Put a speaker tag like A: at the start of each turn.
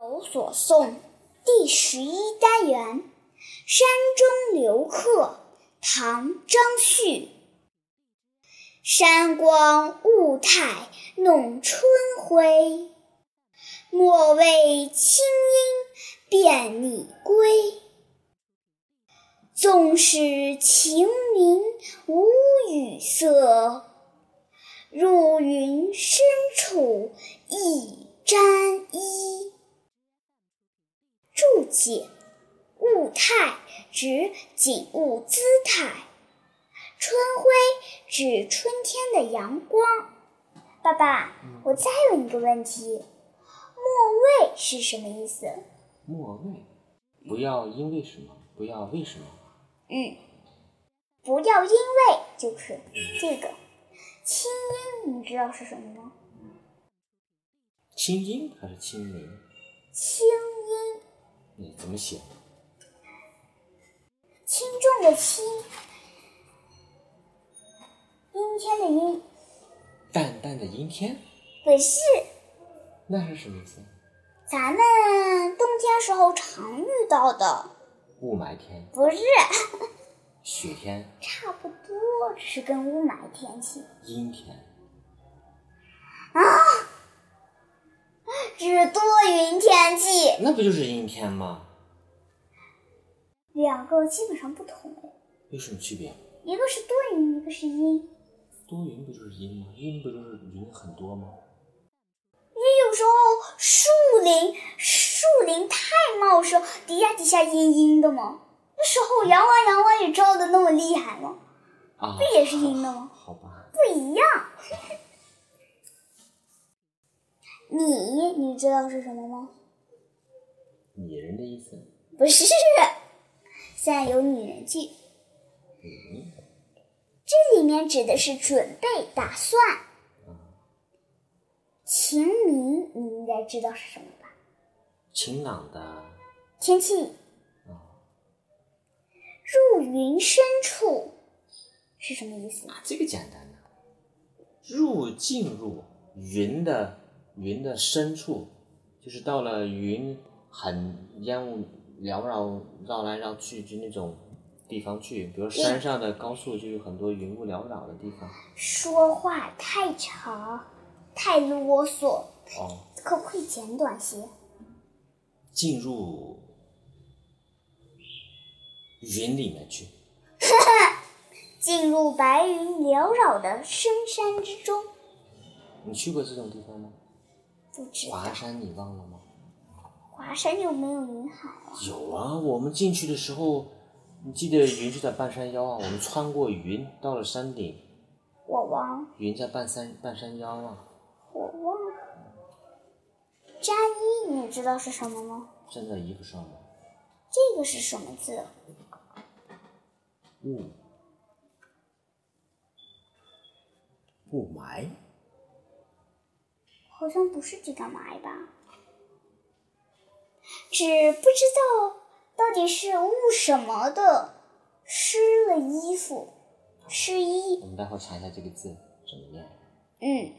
A: 有所诵第十一单元《山中留客》唐·张旭。山光物态弄春晖，莫为清音辨你归。纵使晴明无雨色，入云深处一沾衣。注解：物态指景物姿态，春晖指春天的阳光。爸爸，我再问你个问题：末位是什么意思？
B: 莫为，不要因为什么，不要为什么。
A: 嗯，不要因为就是这个。清音你知道是什么吗？
B: 清音还是清明？
A: 清音，
B: 你怎么写？
A: 轻重的轻，阴天的阴，
B: 淡淡的阴天，
A: 不是。
B: 那是什么意思？
A: 咱们冬天时候常遇到的，
B: 雾霾天、
A: 不是，
B: 雪天、
A: 差不多是跟雾霾天气。
B: 阴天。
A: 指多云天气，
B: 那不就是阴天吗？
A: 两个基本上不同，
B: 有什么区别？
A: 一个是多云，一个是阴。你
B: 多云不就是阴吗？阴不就是云很多吗？
A: 有时候树林树林太茂盛，底下底下阴阴的吗？那时候阳光阳光也照的那么厉害吗？
B: 啊，
A: 这也是阴的吗
B: 好吧，
A: 不一样。 你你知道是什么吗？
B: 拟人的意思。
A: 不是，现在有拟人句。这里面指的是准备、打算。晴明，你应该知道是什么吧？
B: 晴朗的，
A: 天气。入云深处是什么意思？
B: 这个简单呐、入进入云的云的深处，就是到了云很烟雾缭绕绕来绕去就那种地方去，比如山上的高速就有很多云雾缭绕的地方。
A: 说话太长，太啰嗦，
B: 哦，
A: 可不可以简短些？
B: 进入云里面去。
A: 进入白云缭绕的深山之中，
B: 你去过这种地方吗？
A: 不知道
B: 华山你忘了吗？
A: 华山有没有云海？
B: 有啊，我们进去的时候，你记得云是在半山腰啊，我们穿过云到了山顶，
A: 我忘了。
B: 云在半山半山腰啊，
A: 我忘了。扎衣，你知道是什么吗？
B: 站在衣服上面，
A: 这个是什么字？
B: 雾雾霾，
A: 好像不是这个霾吧？只不知道到底是雾什么的，湿了衣服，湿衣。
B: 我们待会儿查一下这个字怎么念。
A: 嗯，